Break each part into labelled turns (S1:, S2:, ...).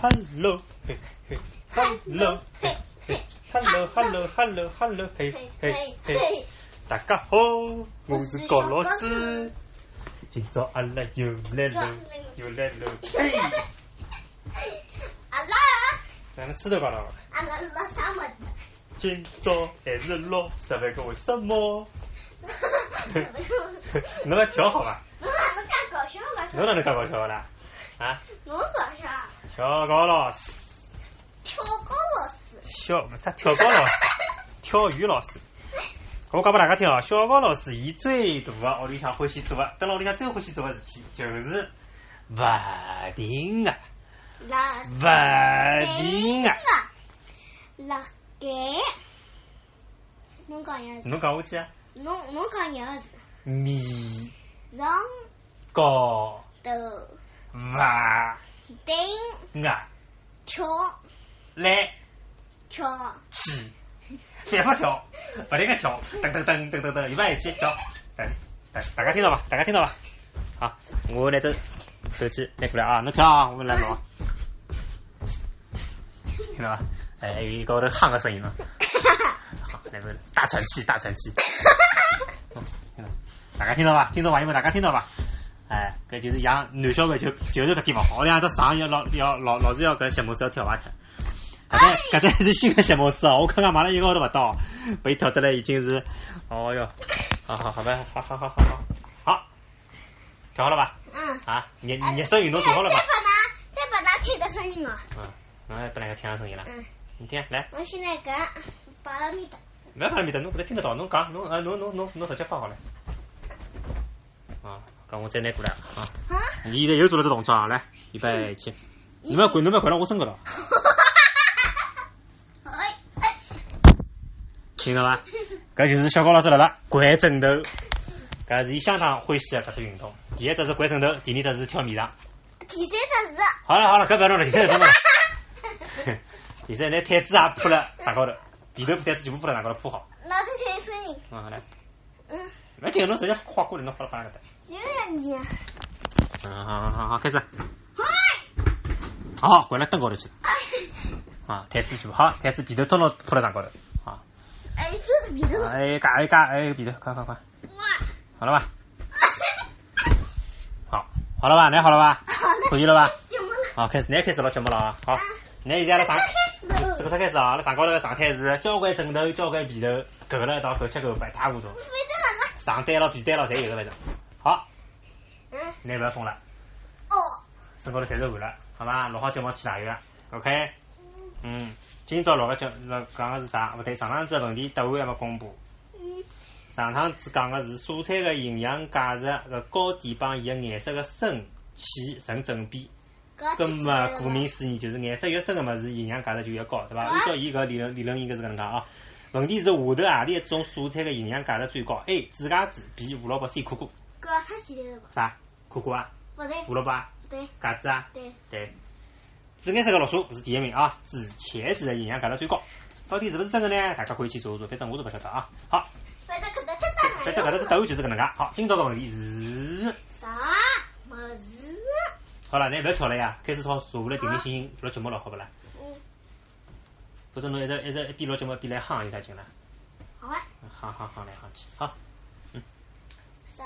S1: hello，嘿嘿，hello，嘿嘿，hello，hello，hello，hello，嘿嘿嘿，大家好，我是俄羅斯，今朝阿拉又來了，又來了，嘿，
S2: 阿拉
S1: 哪能吃头讲了伐？
S2: 阿拉拉啥么子？
S1: 今朝还是录十万个为什么？
S2: 什么意思？
S1: 侬要跳好伐？
S2: 侬哪能介搞笑嘛？
S1: 侬哪能介搞笑个啦？啊，
S2: 侬搞笑？
S1: 跳高老师，
S2: 跳高老师，
S1: 小勿是啥跳高老师，跳鱼老师。我讲拨大家听哦，小高老师伊最大个屋里向欢喜做个，蹲辣屋里向最欢喜做个事体就是啊勿停个，
S2: 辣
S1: 勿停个。
S2: 啊，辣盖。侬讲样子？
S1: 侬讲下去啊，
S2: 侬侬讲样子？
S1: 面
S2: 上
S1: 高
S2: 头
S1: 勿
S2: 顶
S1: 硬
S2: 跳
S1: 来。
S2: 跳
S1: 起，反复跳，不停个跳，噔噔噔噔噔噔，一万一起跳，噔噔，大家听到伐？大家听到伐？好，我拿只手机拿过来啊，侬跳啊，我来弄啊，听到伐？哎，还有一高头夯个声音呢，啊好，来个大喘气，大喘气，嗯听到大家听到伐？听到伐？因为大家听到伐？哎，搿就是像男小孩就就是搿地方，好像只上要老要老老是要搿节目是要跳坏啊脱。搿搭搿搭是新个节目是哦，我刚刚买了一个号头勿到，被跳得来已经是，哦哟，好好好吧，好好好好好，好，调好了吧？
S2: 嗯。
S1: 啊，热热身运动做好了吧
S2: 再？把它，再把它推到声音啊！
S1: 嗯，侬来拨大家听下声音啦，
S2: 嗯，
S1: 你听来，
S2: 我现在搿把它咪的，
S1: 勿要放面搭，侬搿搭听得到，侬讲，侬呃侬侬侬侬直接放好了。啊，讲我再拿过来啊，
S2: 啊，
S1: 你现在又做了个动作啊，来，预备起，侬勿要管，侬勿要管了，我身高头，
S2: 哎哎，
S1: 听到 伐？搿就是小高老师辣辣掼枕头，搿是伊相当欢喜的啊搿只运动。第一只是掼枕头，第二只是跳面上。
S2: 第三只是。
S1: 好了好了，搿勿要弄了，现在勿要弄了。 现在拿毯子也铺了上高头，地头毯子全部铺了上高头铺好。
S2: 那这些声音，
S1: 嗯，来，
S2: 嗯，
S1: 勿要紧，侬直接跨过来，侬放了放了搿搭。
S2: 有点黏。
S1: 嗯，好好好好，开始。
S2: 哎，
S1: 好，掼了凳高头去了。
S2: 哎，
S1: 啊，毯子全部好，毯子被头通通铺了上高头。啊，
S2: 哎，这是鼻头。
S1: 哎，加哎加哎，被头，快快快，
S2: 哇，
S1: 好了伐？好，好了伐？拿好了 伐？
S2: 好了，
S1: 可以了伐？
S2: 怎么了？
S1: 好，啊开始，那开始录节目了啊！好，那现在阿拉上这个才
S2: 非
S1: 开始啊，阿拉上高头个状态是交关枕头、交关被头，搿了一道，搿吃搿白一塌糊涂，
S2: 得
S1: 上单了、被单了，侪有个反正。好，
S2: 哪个？嗯，
S1: 那勿要疯了，
S2: 哦，
S1: 身高头侪是汗了，好伐？录好节目去洗个 o k 嗯，今朝录个节录讲个是啥？勿对，上趟子个问题答案还没公布。
S2: 嗯，
S1: 上趟子讲个是蔬菜个营养价值个高低帮伊个颜色个深浅成正比。咁么，顾名思义，就是颜色越深个物事，营养价值就越高，对伐？
S2: 对
S1: 按照伊搿理论理论应该是搿能介啊。问题是下头何里一种蔬菜个营养价值最啊高？A. 哎紫茄子，B. 胡萝卜，C. 苦瓜。
S2: 搿啥起来了吧？
S1: 啥？苦瓜啊？
S2: 不对，
S1: 胡萝卜啊？
S2: 对
S1: 茄子啊？
S2: 对，
S1: 对。紫颜色个绿蔬是第一名啊，紫茄子个营养价值最高。到底是勿是真个呢？大家可以去查查，反正我是勿晓得啊。好，
S2: 反正搿搭这搭
S1: 反正搿搭答案就是搿能介。好，今朝个问题是，
S2: 啥么子？
S1: 好了，那勿要吵了呀，开始吵，坐下来定定心心录节目了，好勿啦？
S2: 嗯，
S1: 否则侬一直一直一边录节目一边来夯有啥劲啦？
S2: 好吧，
S1: 好好好，来好去好。
S2: 啥？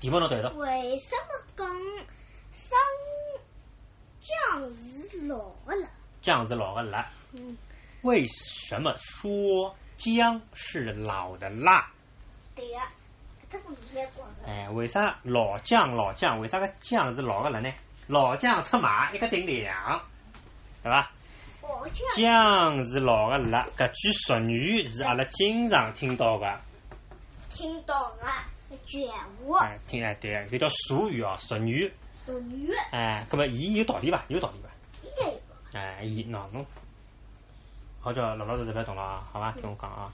S1: 题目侬对了，
S2: 为什么讲生姜是老的了？
S1: 姜是老的辣。
S2: 嗯，
S1: 为什么说姜是老的辣？
S2: 对呀，搿只不来光的。
S1: 哎，为啥老姜老姜？为啥个姜是老的辣呢？老姜出卖一个顶两，对伐？
S2: 我去，
S1: 姜是老的辣，搿句俗语是阿拉经常听到的。
S2: 听到了绝话，
S1: 哎，听哎对，搿叫俗语哦，俗语。
S2: 属于
S1: 哎，搿么伊有道理伐？有道理伐？
S2: 一点有。
S1: 哎，伊喏侬，好叫老老实实勿要动了啊，好伐？听我讲啊，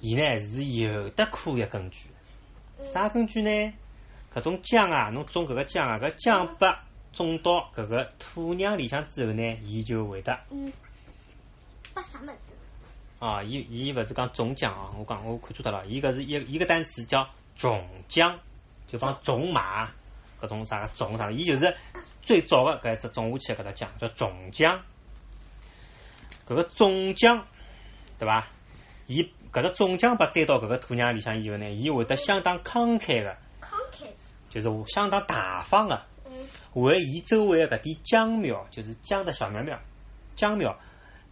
S1: 伊呢是有得科学根据的，啥根据呢？搿种姜啊，侬种搿个姜啊，搿姜白种到搿个土壤里向之后呢，伊就会得
S2: 嗯，把啥么子？
S1: 啊，伊伊勿是讲种姜啊，我讲我看错脱了，伊搿是一一个单词叫种姜，就帮种马搿种啥个种啥，伊就是最早的搿一只种下去的搿只浆叫种浆。搿个种浆，对伐？伊搿只种浆被栽到搿个土壤里向以后呢，伊会得相当慷慨的，
S2: Conquest，
S1: 就是相当大方的，
S2: 嗯，
S1: 为伊周围的搿点浆苗，就是浆的小苗苗、浆苗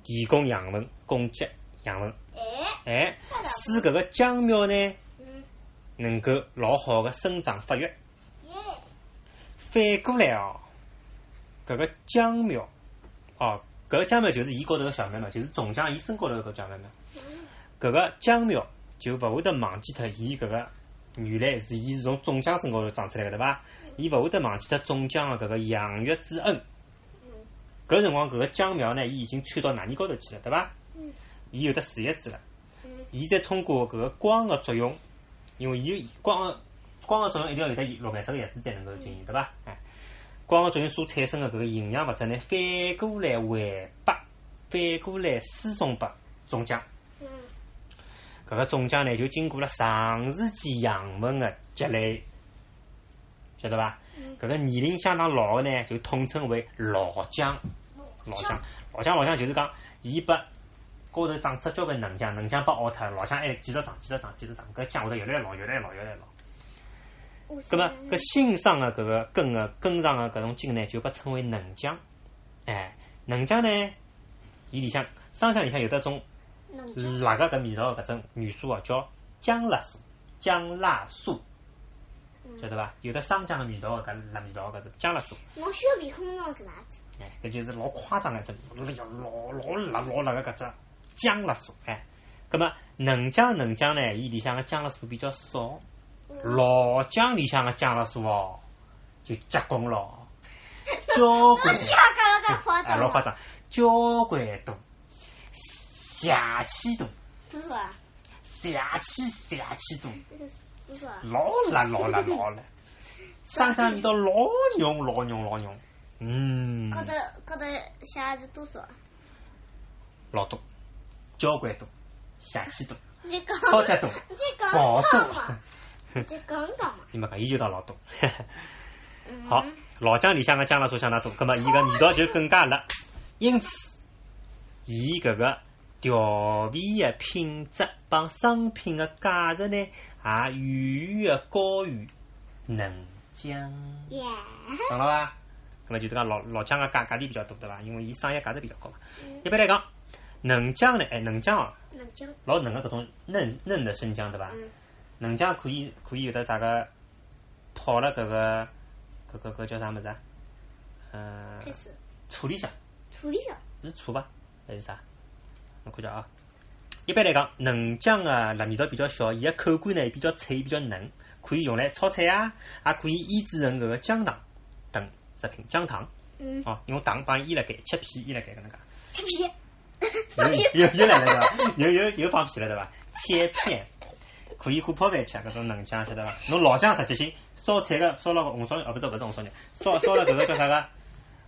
S1: 提供养分，供给养分。
S2: 哎，
S1: 哎，使搿个浆苗呢
S2: 嗯，
S1: 能够老好的生长发育。
S2: 耶，
S1: 反过来哦，搿个浆苗，哦，搿个浆苗就是伊高头个小苗苗，就是种浆伊身高头搿小苗苗。
S2: 嗯，
S1: 搿个浆苗就勿会得忘记脱伊搿个原来是伊是从种浆身高头长出来个对伐？伊勿会得忘记脱种浆个搿个养育之恩。
S2: 嗯，
S1: 搿辰光搿个浆苗呢，伊已经窜到哪里高头去了，对伐？
S2: 嗯，
S1: 伊有得树叶子了。
S2: 嗯，
S1: 伊再通过搿个光个作用，因为伊有光个光个作用一定要有得绿颜色个叶子才能够进行，对伐？哎，光个作用所产生的搿个营养物质呢，反过来还拨，反过来输送拨种浆。
S2: 嗯，
S1: 搿个种浆呢，就经过了长时间养分的积累，晓得伐？
S2: 嗯，
S1: 搿个年龄相当老的呢，就统称为老浆。老
S2: 姜
S1: 姜，老姜，老姜就是讲，伊把高头长出交关嫩姜，嫩姜被熬脱，老姜还继续长，继续长，继续长，搿姜会得越来越老，越来越老，越来越老。
S2: 我
S1: 葛
S2: 想
S1: 末搿新生的搿个根个根上的搿种茎呢，就被称为嫩姜。哎，嫩姜呢，伊里向商场里向有得种
S2: 能吃
S1: 辣个搿味道的搿种元素哦，叫姜辣素，姜辣素，
S2: 嗯
S1: 晓得伐？有得生姜的味道的搿辣味道的搿种姜辣素。
S2: 我小鼻孔弄搿啥子？
S1: 哎，搿就是老夸张的一只味道，老老辣老辣个搿只姜辣素哎。葛末嫩姜嫩姜呢，伊里向个姜辣素比较少，
S2: 嗯
S1: 老姜里向个姜辣素哦就结棍 咯，交
S2: 我
S1: 关
S2: 瞎讲了，太夸
S1: 哎
S2: 张啊
S1: 老夸
S2: 了，
S1: 张，交关多，邪气多，
S2: 多少啊？
S1: 邪气邪气多，
S2: 多少啊？
S1: 老辣老辣老 辣，生姜味道老浓老浓老浓，嗯，
S2: 高头高头写是多少啊？
S1: 老多，交关多，邪气多。
S2: 你讲，
S1: 超级多，
S2: 你讲
S1: 老
S2: 讲嘛
S1: 多，，
S2: 你讲讲嘛。
S1: 伊没讲，伊就当老多。
S2: 嗯
S1: 好，老姜里向个姜辣素相当多，葛末伊个味道就更加辣。因此，伊搿个调味个品质帮商品个价值呢，啊也远远个高于嫩姜。
S2: 耶，
S1: 懂了伐？葛末就是讲老老姜个价格钿比较大，对伐？因为伊商业价值比较高嘛。
S2: 嗯
S1: 一般来讲，嫩姜呢，哎，嫩姜哦，
S2: 能讲，
S1: 老嫩个搿种嫩嫩的生姜，对伐？
S2: 嗯
S1: 能浆可以可以有的啥个泡了搿个搿搿搿叫啥物事啊？嗯、
S2: 开始
S1: 醋里向
S2: 处理了。
S1: 是醋伐？还是啥？我看叫啊。一般来讲，能啊浆个辣味道比较小，伊个口感呢比较脆，比较嫩，可以用来炒菜啊，也可以腌制成搿个姜糖等食品。姜糖
S2: 嗯，
S1: 哦，用糖帮伊腌辣盖，切片腌辣盖搿能介。
S2: 吃皮，
S1: 又又又来了对伐？又又又放屁了对伐？切片可以和泡饭吃，搿种嫩姜晓得伐？侬老姜实际性烧菜个烧了个红烧肉，哦勿是勿是红烧肉，烧烧了搿个叫啥个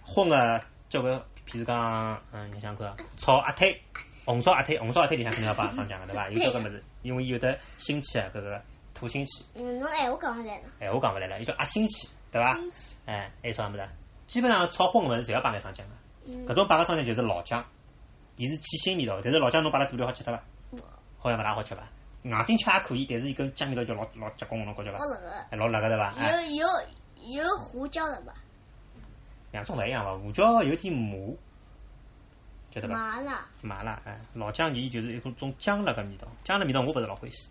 S1: 荤个叫个，譬如讲嗯，你想看啊炒鸭腿。红烧鸭腿，红烧鸭腿里向肯定要放上姜个对伐？有交关物事，因为伊有得新鲜啊个搿个土腥气，
S2: 嗯，侬闲话讲勿来了。
S1: 哎，我讲勿来了，伊叫鸭腥气，对伐？哎，还有啥物事啊？基本上炒荤个物事侪要放眼上姜个。
S2: 嗯
S1: 搿，种摆辣上向就是老姜，伊是去腥味道，但是老姜侬摆辣嘴里好吃脱伐？好像勿大好吃伐？硬劲吃也可以，但是伊搿姜味道就老老结棍，侬感觉伐
S2: 好？了，
S1: 哎，老辣个对伐？哎，
S2: 有有有胡椒了吧？
S1: 两种勿一样伐？胡椒有点麻，晓得伐？
S2: 麻辣，
S1: 麻辣哎，老姜伊就是一种姜辣个味道，姜辣味道我勿是老欢喜。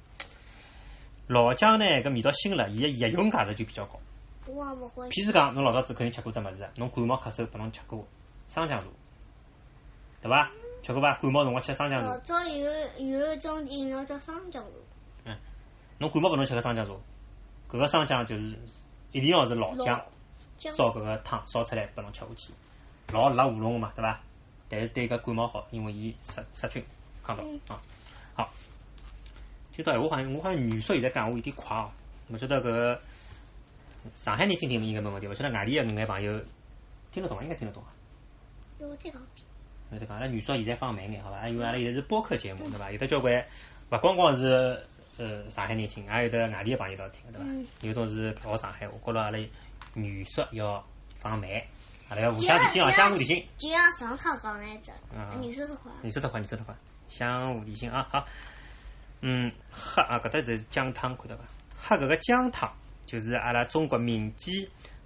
S1: 老姜呢，搿味道腥了，伊个药用价值就比较高。
S2: 我也勿欢喜。
S1: 譬如讲，侬老早子肯定吃过只物事，侬感冒咳嗽拨侬吃过生姜茶，对伐？吃过伐？感冒辰光吃生姜茶
S2: 老。早有有一种饮料叫生姜露，
S1: 侬感冒搿侬吃个生姜茶，搿个生姜就是一定要是老姜
S2: 姜
S1: 烧搿个汤烧出来拨侬吃下去，老辣喉咙啊个嘛，对伐？但是对搿感冒好，因为伊杀杀菌抗
S2: 嗯
S1: 毒啊。好，今朝闲话好像我好像语速现在讲我有点快哦，勿晓得搿个上海人听听应该没问题，勿晓得外地个搿眼朋友听得懂伐？应该听得懂啊。
S2: 有我再讲一遍。
S1: 那就讲，阿拉语速现在放慢眼，好伐？因为阿拉现在是播客节目，对伐？有得交关，勿光光是呃上海人听，也有得外地个朋友到听，对伐？呃
S2: 嗯
S1: 有种是学上海话，觉着阿拉语速要放慢，阿拉互
S2: 就
S1: 相
S2: 要
S1: 提醒
S2: 就
S1: 哦，
S2: 要
S1: 相互提醒。
S2: 就像上趟讲那一只，啊
S1: 嗯
S2: 你说的话，
S1: 你说的话，你说的话，相互提醒啊，好。嗯，喝啊，搿搭就是姜汤，看到伐？喝搿个姜汤，就是阿拉中国民间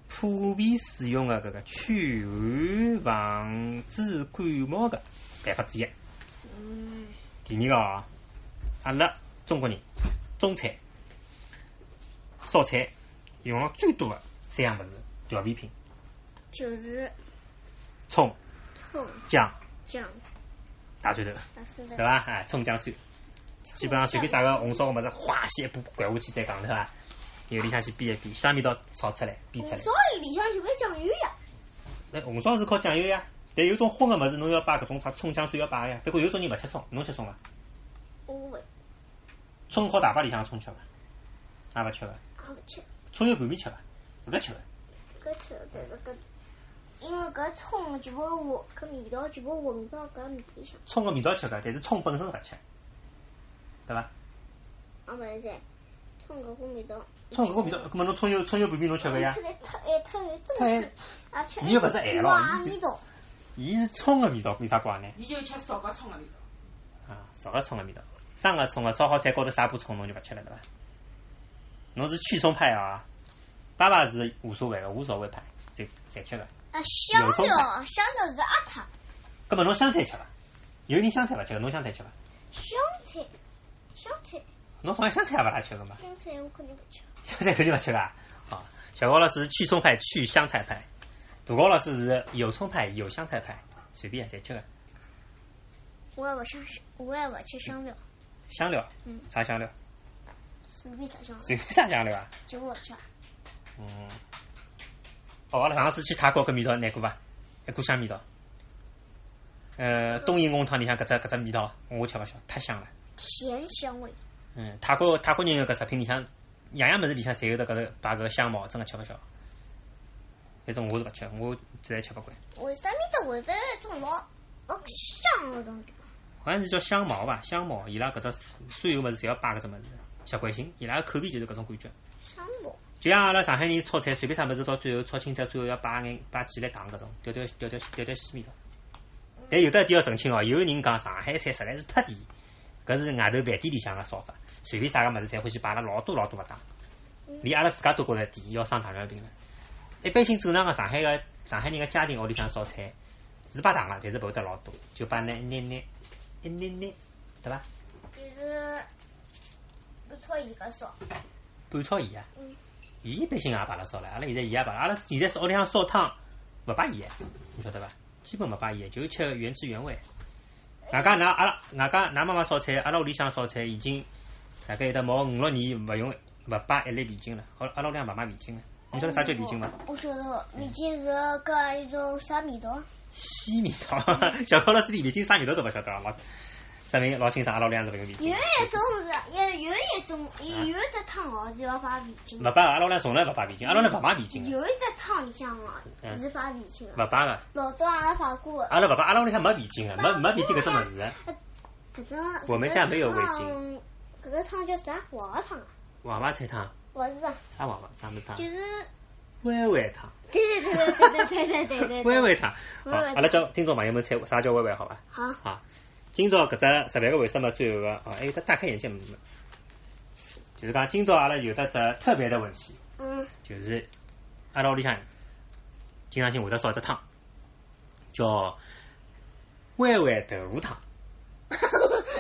S1: 普遍使用的搿个驱寒防止感冒的办法之一。
S2: 嗯，
S1: 第二个哦，阿拉中国人中餐、烧菜用了最多的三样物事：调味品，
S2: 就是
S1: 葱、
S2: 葱
S1: 姜、
S2: 姜，
S1: 大蒜头，
S2: 但是
S1: 对
S2: 呢，
S1: 伐？啊，葱姜蒜，基本上随便啥个红烧个物事，哗先一把掼下去再讲，对伐？油里向去煸一煸，啥味道炒出来，煸出
S2: 红
S1: 来
S2: 烧。里向就会酱油呀，
S1: 那红烧是靠酱油呀，但有种荤个物事，侬要摆搿种啥葱姜蒜要摆个呀。不过有种人勿吃葱，侬吃葱伐？
S2: 我会
S1: 葱和大排里向的葱吃伐？也勿吃伐？
S2: 也不吃，
S1: 葱油拌面吃伐？勿吃伐？
S2: 搿吃了但是搿，因为搿葱就会闻，搿味道就会闻到搿味里向，
S1: 葱个味道吃个，但是葱本身勿吃，对伐？
S2: 啊勿是噻，葱搿股味道，
S1: 葱搿个味道，搿么侬葱油葱油拌面侬吃
S2: 吃
S1: 个呀？
S2: 来特爱特爱，真
S1: 太
S2: 的而且
S1: 你又勿是咸咯
S2: 哇
S1: 你就
S2: 味道，
S1: 伊是葱个味道，为啥怪呢？
S3: 伊就吃少个葱个味道。
S1: 啊，少个葱个味道，生个葱个烧好菜高头撒把葱侬就勿吃了，对伐？侬是去葱派啊？爸爸是无所谓个，无所谓派，侪侪吃个。
S2: 啊香
S1: 有葱
S2: 料香料是阿塔
S1: 搿么侬香菜吃伐？有人香菜勿吃个，侬香菜吃伐？
S2: 香菜，香菜
S1: 侬好像香菜也勿大吃个嘛？
S2: 香菜我肯定不吃，
S1: 香菜肯定勿吃个啊！啊，小高老师是去葱派，去香菜派；大高老师是有葱派，有香菜派，随便侪吃个。
S2: 我也勿吃香，我也勿吃香料，
S1: 香料
S2: 嗯，
S1: 啥香料？
S2: 随便啥香料
S1: 随便啥香料啊？
S2: 就我勿吃。
S1: 嗯，哦，阿拉上次去泰国搿味道拿过伐？一股香味道。呃，冬阴功汤里向搿只搿只味道，我吃勿消，太香了。
S2: 甜香味，
S1: 嗯，泰国泰国人的搿食品里向，样样物事里向侪有得搿个摆搿个香茅，真个吃勿消。反正我是勿吃，我实在吃勿惯。
S2: 为啥面搭会得一种老老香的东西？
S1: 好像是叫香茅伐？香茅，伊拉搿只所有物事侪要摆搿只物事，习惯性，伊拉个口味就是搿种感觉。
S2: 香茅，
S1: 就像阿拉上海人炒菜，随便啥物事到最后炒青菜，最后要摆眼摆几粒糖搿种，调调调调调调鲜味道。但有得一点要澄清哦，有人讲上海菜实在是太甜，搿是外头饭店里向个烧法，随便啥个物事侪欢喜摆了老多老多个糖，连阿拉自家都觉着甜，要生糖尿病了。一般性正常个上海个上海人个家庭屋里向烧菜是摆糖个，但是勿会得老多，就摆那一眼眼一眼眼，对伐？
S2: 就是不炒伊个烧，
S1: 半炒盐啊
S2: 嗯，
S1: 盐一般性也摆了烧了，阿拉现在盐也摆了，阿拉现在是屋里向烧汤勿摆盐，侬晓得伐？基本勿摆盐，就吃原汁原味。外加㑚阿拉外加㑚妈妈烧菜，阿拉屋里向烧菜已经大概有得毛五六年勿用勿摆一粒味精了，好阿拉屋里向勿买味精了。侬晓啊得啥叫味精伐？？
S2: 我晓得，味精是搿一种啥味道？
S1: 鲜味道， 小高老师连味精啥味道都勿晓得啊，老说明老清爽，阿拉屋里向是勿用味
S2: 有
S1: 精。
S2: 一种是，有有一种，有有一只汤哦是要放味精
S1: 勿
S2: 的，
S1: 摆，阿拉屋里向从来勿摆味精，阿拉屋里向勿买味精的，
S2: 有一只汤里向哦是放味精的。
S1: 勿摆个。
S2: 老早阿拉放过
S1: 啊阿拉勿摆，阿拉屋里向没味精个，没没味精搿只物事个。
S2: 搿只，
S1: 我们家没有味精。
S2: 搿个汤叫啥？黄瓜汤啊？
S1: 娃娃菜汤。
S2: 勿是啊，
S1: 啥娃娃？啥么汤
S2: 就？是。
S1: 歪歪汤，
S2: 对对对对对对对
S1: 歪
S2: 对对。
S1: 歪汤。好，
S2: 歪歪汤
S1: 阿拉叫听众朋友们猜啥叫歪歪，好伐？
S2: 好，
S1: 好，今朝搿只十万个为什么最后个哦，还有只打开眼界，没就是讲今朝阿拉有得只特别的问题，
S2: 嗯，
S1: 就是阿拉屋里向经常性会得烧一只汤，叫歪歪豆腐汤。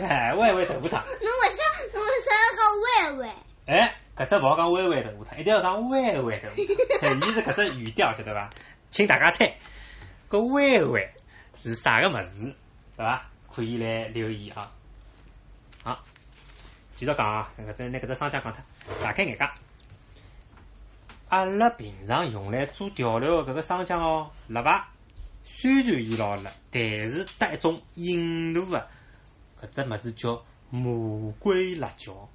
S1: 哎，歪歪豆腐汤，
S2: 侬为啥侬为啥要讲歪歪？
S1: 哎，搿只勿好讲歪歪豆腐汤，一定要讲歪歪豆腐汤。哎，伊是搿只语调，晓得伐？请大家猜，搿歪歪是啥个物事，对伐？可以来留言啊。好，继续讲啊，搿只拿搿只商家讲脱，打开眼界。阿拉平常用来做调料的搿个生姜哦，辣伐？虽然伊老辣，但是得一种印度的搿只物事叫魔鬼辣椒，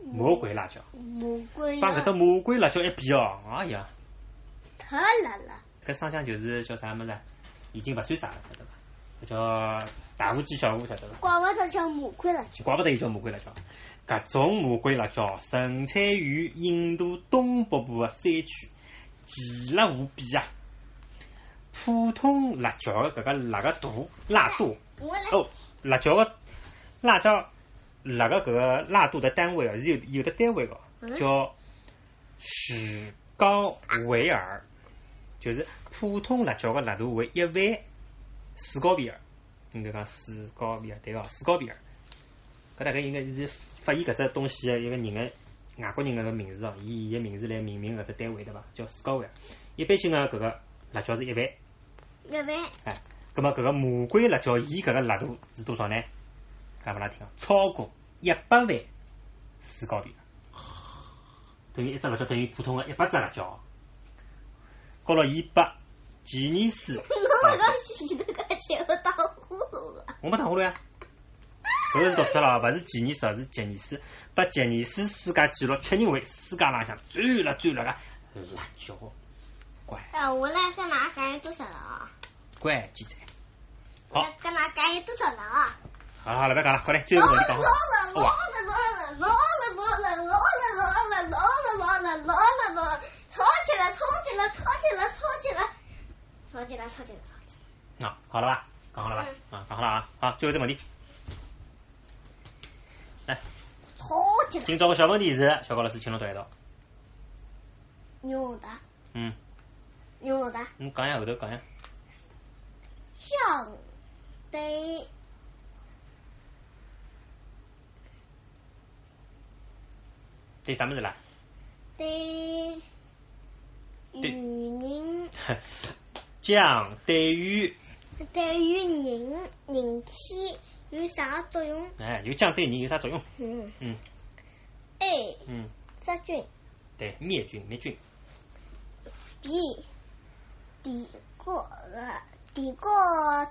S2: 嗯
S1: 魔鬼辣椒。
S2: 魔鬼
S1: 帮搿只魔鬼辣椒一比哦，哎呀，
S2: 太辣了，
S1: 搿生姜就是叫啥物事啊，已经勿算啥了，晓得伐？搿叫大户鸡、小户，晓得伐？
S2: 怪勿得叫魔鬼辣椒。
S1: 就怪不得伊叫魔鬼辣椒。搿种魔鬼辣椒盛产于印度东北部的山区，奇辣无比啊！普通辣椒的搿个辣个度辣度
S2: 我来，
S1: 哦，辣椒个辣椒辣个搿个辣度的单位哦，是有有的单位个
S2: 嗯，
S1: 叫史高维尔，就是普通辣椒个辣度为一万史高维尔，应该讲史高维尔对个史高维尔，搿大概应该是发现搿只东西个一个人个外国人个名字哦，以伊个名字来命名搿只单位对伐？叫史高维尔，一般性个搿个辣椒是一万。
S2: 要不然
S1: 哎，葛么搿个魔鬼辣椒，伊搿个辣度是多少呢？讲拨㑚听啊，超过一百万世高币，等于一只辣椒等于普通的一百只辣椒哦。高了伊八吉尼斯，
S2: 我
S1: 啊
S2: 勿讲前头搿节目打呼噜啊，
S1: 我没打呼噜呀，搿个是读错了，勿是吉尼斯，是吉尼斯。把吉尼斯世界纪录确认为世界浪向最辣最辣个辣椒，乖
S2: 哎，我来跟㑚讲有多少了啊？
S1: 乖记者。
S2: 我
S1: 好
S2: 来跟㑚讲有多少了啊？
S1: 好了好了，别讲了，快点，最后一个问题讲好。哇，啊，好了吧，讲好了吧，啊，讲好了啊，好，最后一个问题，来，今朝个小问题是小高老师请侬读一道，嗯，侬讲一下后头讲一下，对啥物事啦？ 酱对于，
S2: 对于人人体有啥作用？
S1: 哎，就酱对人有啥作用？
S2: 嗯
S1: 嗯
S2: A
S1: 嗯，
S2: 杀菌
S1: 对，灭菌灭菌，
S2: ，B 抵过了抵过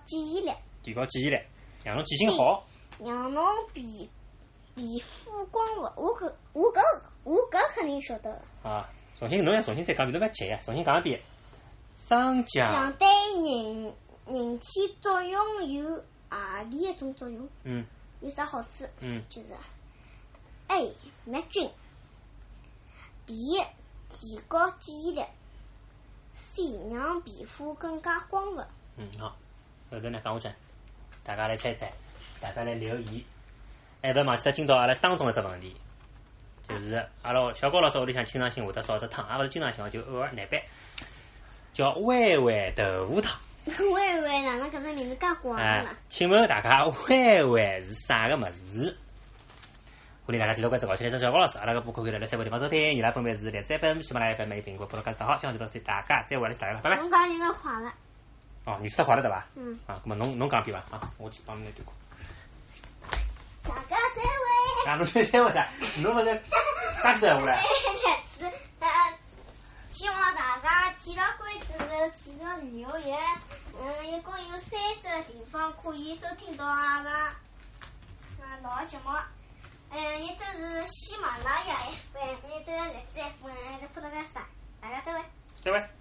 S2: 记忆力，
S1: 提高记忆力，让侬记性好。
S2: 让侬皮皮肤光滑。我搿我搿我搿肯定晓得了。
S1: 啊，重新侬要重新再讲，侬勿要急呀，重新讲一遍。生
S2: 强
S1: 姜，
S2: 对人人体作用有何里一种作用？
S1: 嗯
S2: 有啥好处？
S1: 嗯
S2: 就是哎啊 A 灭菌，B 提高记忆力，C 让皮肤更加光 滑。
S1: 嗯，好，后头呢讲我讲，大家来猜猜，大家来留言，哎，勿要忘记脱今朝阿拉当中的只问题，就是阿拉小高老师屋里向经常性会得烧只汤，也勿是经常性，就偶尔难办，叫歪歪豆腐汤。
S2: 喂喂，哪能搿只名字介广
S1: 哎
S2: 呢？，
S1: 请问大家歪歪是啥个物事？欢迎大家继续关注《搞笑先生小高老师》，阿拉个播客可以辣辣三个地方收听，伊拉分别是荔枝 FM、喜马拉雅 FM、苹果播客大好，希望就到这，大家再会，来是大家了，拜拜。
S2: 侬讲应该快了，
S1: 哦，女士太快乐对伐？
S2: 嗯，
S1: 啊，那么侬侬讲一遍伐？啊，我去帮侬来对过。
S2: 大家再会。
S1: 啊，侬再 三回答，侬勿是介许多闲话唻？
S2: 下次呃，希望大家记得关注，记得留言。嗯，一共有三只地方可以收听到阿拉啊老的节目。嗯，一只是喜马拉雅 FM，一只是荔枝 FM，一只是普拉加萨。大家再会。
S1: 再会。